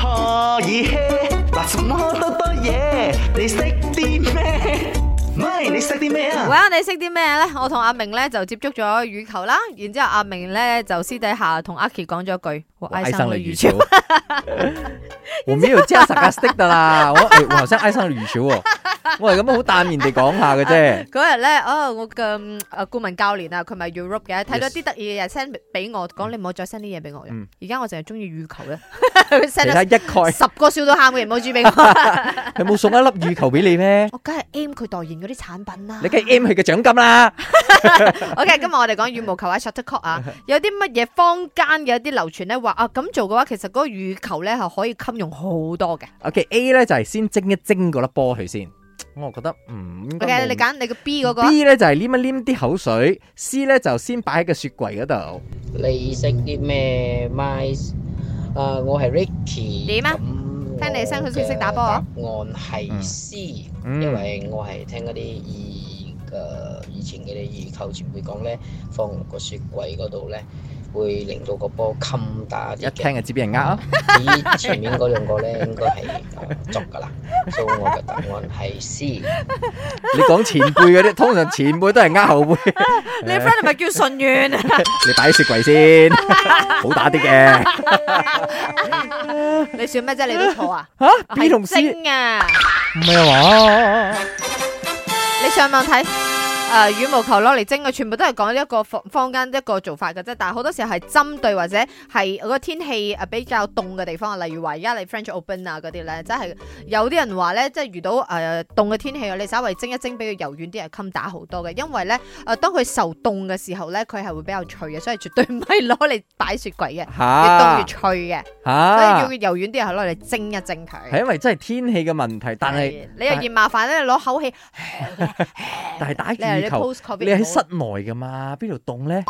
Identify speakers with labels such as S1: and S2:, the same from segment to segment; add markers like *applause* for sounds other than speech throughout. S1: 多嘢？嗱，什麼多多嘢？你識啲咩？唔係你識啲咩
S2: *laughs*
S1: 啊？
S3: 哇！你識啲咩呢？我同阿明呢就接觸咗羽球啦，然之後阿明呢就私底下同阿 K 講咗一句：我
S2: 爱
S3: 愛
S2: 上
S3: 上
S2: 了
S3: 了
S2: 羽
S3: 羽
S2: 球
S3: 球。。
S2: *laughs* 我没有这样 sarcastic 的啦，我诶、我好像爱上了羽
S3: *laughs*
S2: 球哦。我系咁樣好淡然地講下嘅啫。
S3: 嗰日咧，哦，我嘅誒顧問教練啊，佢咪 Europe 嘅，睇到啲得意嘅嘢 send 俾我，講你唔好再 send 啲嘢俾我
S2: 嗯
S3: 嘅。而家我淨係中意羽球
S2: *laughs*
S3: 咧，佢 send
S2: 其他
S3: 咗
S2: 一概，
S3: *laughs*
S2: 佢
S3: 十個笑到喊嘅 e m o 俾我，
S2: *laughs* 冇送一粒羽球
S3: *laughs*
S2: 俾你咩？
S3: 我梗係 aim 佢代言嗰啲產品啦
S2: 你。梗係 M 佢嘅獎金啦。
S3: OK，今日我哋講羽毛球啊，shuttlecock
S2: *laughs*
S3: 啊，有啲乜嘢坊間嘅一啲流傳咧，話啊咁做嘅話，其實嗰個羽球咧係可以襟用好多嘅。
S2: OK，A 咧就係先蒸一蒸嗰粒波佢先。我覺得唔應該
S3: OK，
S2: 冇
S3: 你揀你個 B 嗰個啊。
S2: B 咧就係黏一黏啲口水，C 咧就先擺喺個雪櫃嗰度。
S4: 你識啲咩 mice？啊，我係 Ricky。
S3: 點啊
S4: 咁
S3: 聽你聲
S4: 我
S3: 佢識唔識
S4: 嘅
S3: 打波啊
S4: 答案係 C，、
S2: 嗯
S4: 因為我係聽嗰啲以嘅以前嘅啲二球前輩講咧，放落個雪櫃嗰度咧，會令到個波襟打
S2: 一
S4: 啲嘅。
S2: 聽就知俾
S3: *laughs*
S2: 人呃啊。
S4: 以前面嗰兩個咧，應該係呃作㗎啦，所以我嘅答案係 C。
S2: 你講前輩嗰啲，通常前輩都係呃
S3: *laughs*
S2: 後輩。
S3: 你 friend 係咪叫順源？
S2: 你擺喺雪櫃先，好打啲嘅。
S3: *laughs* 你算咩啫？你都錯 *laughs* 啊？
S2: 吓
S3: 係
S2: B 同 C
S3: 精啊！
S2: 唔係啊嘛？
S3: 你上網睇，誒、呃羽毛球攞嚟蒸嘅，全部都係講一個坊坊間一個做法嘅啫。但係好多時候係針對或者係個天氣誒比較凍嘅地方，例如話而家你 French Open 啊嗰啲咧，即係有啲人話咧，即係遇到誒凍嘅天氣啊，你稍微蒸一蒸，俾佢柔軟啲，係襟打好多嘅。因為咧誒、當佢受凍嘅時候咧，佢係會比較脆嘅，所以絕對唔係攞嚟擺雪櫃嘅，越
S2: 啊
S3: 凍越
S2: 吓
S3: 脆嘅，所以
S2: 吓
S3: 要，佢柔軟啲係攞嚟蒸一蒸佢。
S2: 啊係因為真係天氣嘅問題，但係
S3: 你又嫌麻煩咧，你攞口氣，
S2: 但係打
S3: 你係
S2: 羽
S3: 你
S2: 球
S3: post COVID
S2: 你喺
S3: 唔好
S2: 室內噶嘛，邊度凍咧？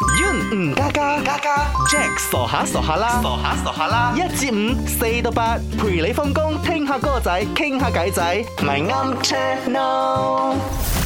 S1: 嗯，加加加加，Jack 傻下傻下啦，傻下傻下啦，一至五，四到八，陪你放工，聽下歌仔，傾下偈仔，咪啱 channel。